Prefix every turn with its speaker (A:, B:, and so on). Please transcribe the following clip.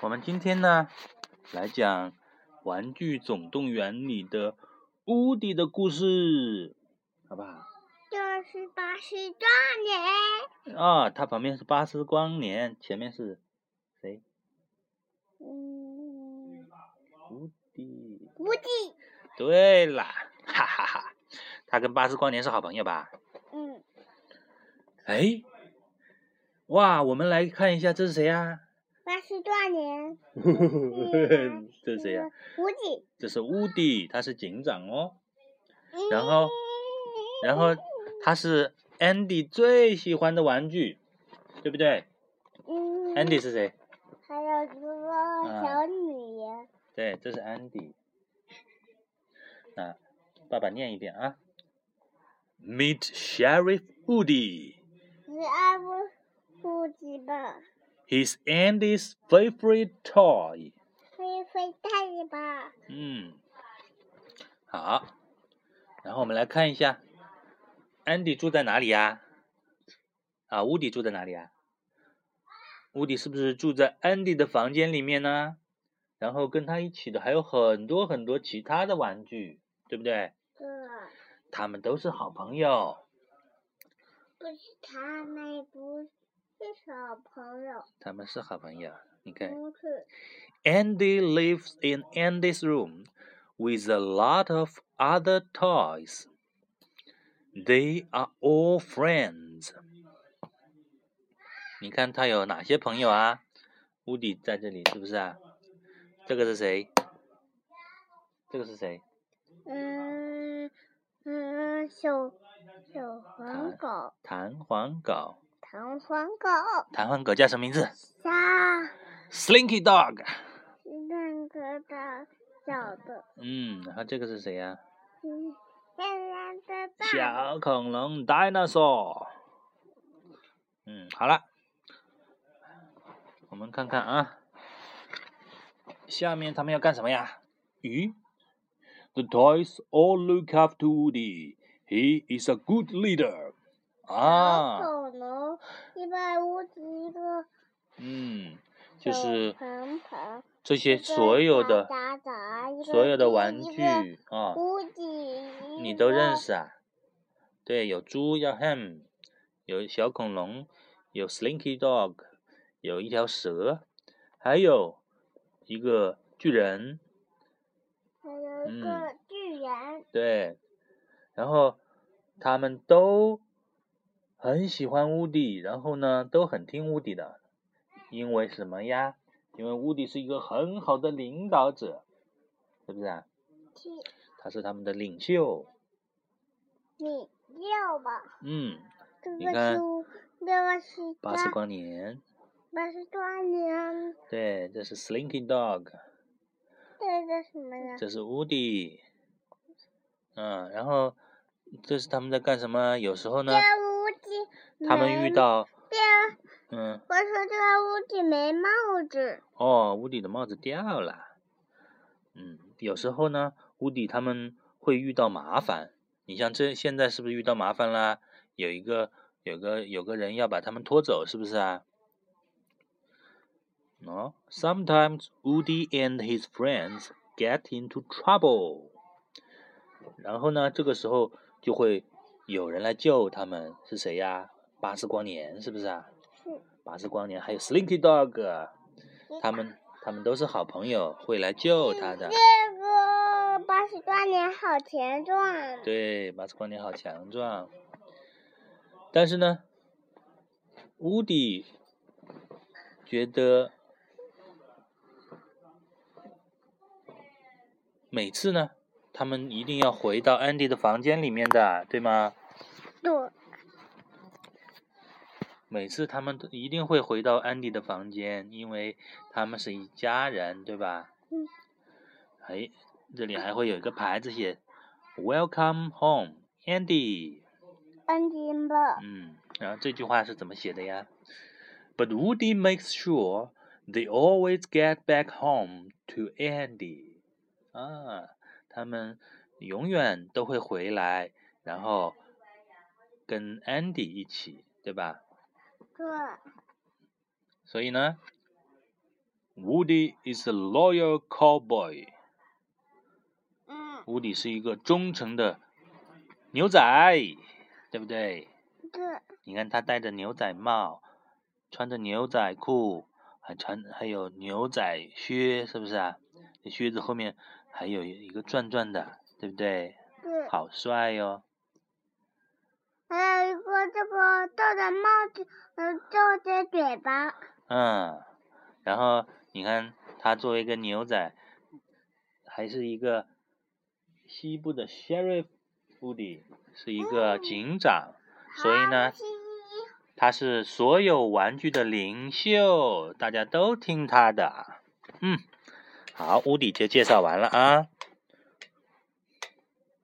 A: 我们今天呢，来讲《玩具总动员》里的乌迪的故事，好不好？
B: 这是巴西壮年，
A: 啊，它旁边是巴斯光年，前面是谁？
B: 嗯，
A: 乌迪。
B: 估计，
A: 对啦，哈哈哈，他跟巴斯光年是好朋友吧？
B: 嗯，
A: 哎，哇，我们来看一下，这是谁啊呀、
B: 巴西壮年，
A: 这是谁呀、
B: 估计，
A: 这是乌迪，他是警长哦。
B: 嗯
A: 然后，然后他是 Andy 最喜欢的玩具，对不对
B: 嗯
A: ？Andy 啊是谁？
B: 还有这个小女人，
A: 对，这是 Andy。啊，爸爸念一遍啊。Meet Sheriff Woody.
B: 是阿布估计吧，
A: He's Andy's favorite toy.
B: 飞飞太吧，
A: 嗯，好，然后我们来看一下，安迪住在哪里呀、啊？乌迪住在哪里呀、乌迪是不是住在安迪的房间里面呢？然后跟他一起的还有很多很多其他的玩具，对不对？
B: 这
A: 他们都是好朋友，
B: 不是他们不是小朋友，
A: 他们是好朋友。你看
B: 不是，
A: ，Andy lives in Andy's room with a lot of other toys. They are all friends. 你看他有哪些朋友啊？乌迪在这里是不是啊？这个是谁？这个是谁？
B: 嗯嗯，小小黄狗，
A: 弹簧狗。
B: 弹簧狗，
A: 弹簧狗叫什么名字
B: 沙。
A: ？Slinky Dog。
B: 那个的小的，
A: 嗯，然后这个是谁呀、
B: 嗯，亮亮的大的，
A: 小恐龙 dinosaur。嗯，好了，我们看看啊，下面他们要干什么呀？咦，The toys all look up to Woody. He is a good leader.
B: 小
A: 啊，
B: 恐龙，一百五十一个
A: 嗯，
B: 小
A: 就是
B: 盆盆，
A: 这些
B: 一个
A: 所有的
B: 打打一个
A: 所有的
B: 猪
A: 玩
B: 一
A: 具
B: 个
A: 啊，
B: 估计
A: 你都认，识啊？对，有猪叫 ham，有小恐龙，有 slinky dog，有一条蛇，还有一个巨人，
B: 还有一
A: 嗯
B: 个巨人，
A: 对。然后他们都很喜欢乌迪，然后呢都很听乌迪的，因为什么呀？因为乌迪是一个很好的领导者，是不是啊？
B: 踢
A: 他是他们的领袖。
B: 你掉吧，
A: 嗯，
B: 这
A: 你
B: 个
A: 看
B: 是这个是
A: 巴斯
B: 大
A: 光年。
B: 巴斯多年，
A: 对，这是 Slinky Dog，
B: 这个什么呀？
A: 这是 Woody，嗯，然后这是他们在干什么？有时候呢
B: 这，乌鸡，
A: 他们遇到，
B: 这
A: 嗯，
B: 我说这个屋子没帽子，
A: 哦，Woody 的帽子掉了，嗯，有时候呢，Woody 他们会遇到麻烦。你像这现在是不是遇到麻烦啦？有一个有个有个人要把他们拖走，是不是啊？哦、s o m e t i m e s Woody and his friends get into trouble。然后呢，这个时候就会有人来救他们，是谁呀？巴斯光年是不是啊？
B: 是
A: 巴斯光年还有 Slinky Dog，他们他们都是好朋友，会来救他的。
B: 这个八十多年好钱赚。
A: 对，马斯光年好强壮。但是呢，乌迪觉得每次呢，他们一定要回到安迪的房间里面的，对吗？
B: 对，
A: 每次他们都一定会回到安迪的房间，因为他们是一家人，对吧？
B: 嗯。
A: 哎，这里还会有一个牌子写 “Welcome home, Andy”。
B: 安金吧，
A: 嗯，然后这句话是怎么写的呀？But Woody makes sure they always get back home to Andy。啊，他们永远都会回来，然后跟 Andy 一起，对吧？
B: 对，
A: 所以呢， Woody is a loyal cowboy。
B: 嗯，
A: Woody 是一个忠诚的牛仔，对不对？
B: 对，
A: 你看他戴着牛仔帽，穿着牛仔裤，还穿还有牛仔靴，是不是啊？这靴子后面还有一个转转的，对不对？
B: 对，
A: 好帅哦哟、
B: 还有一个哎这个戴着帽子，呃，罩着嘴巴，
A: 嗯，然后你看他作为一个牛仔，还是一个西部的 sheriff Woody，是一个
B: 嗯
A: 警长，所以呢
B: 好奇
A: 他是所有玩具的领袖，大家都听他的。嗯，好，屋底就介绍完了啊。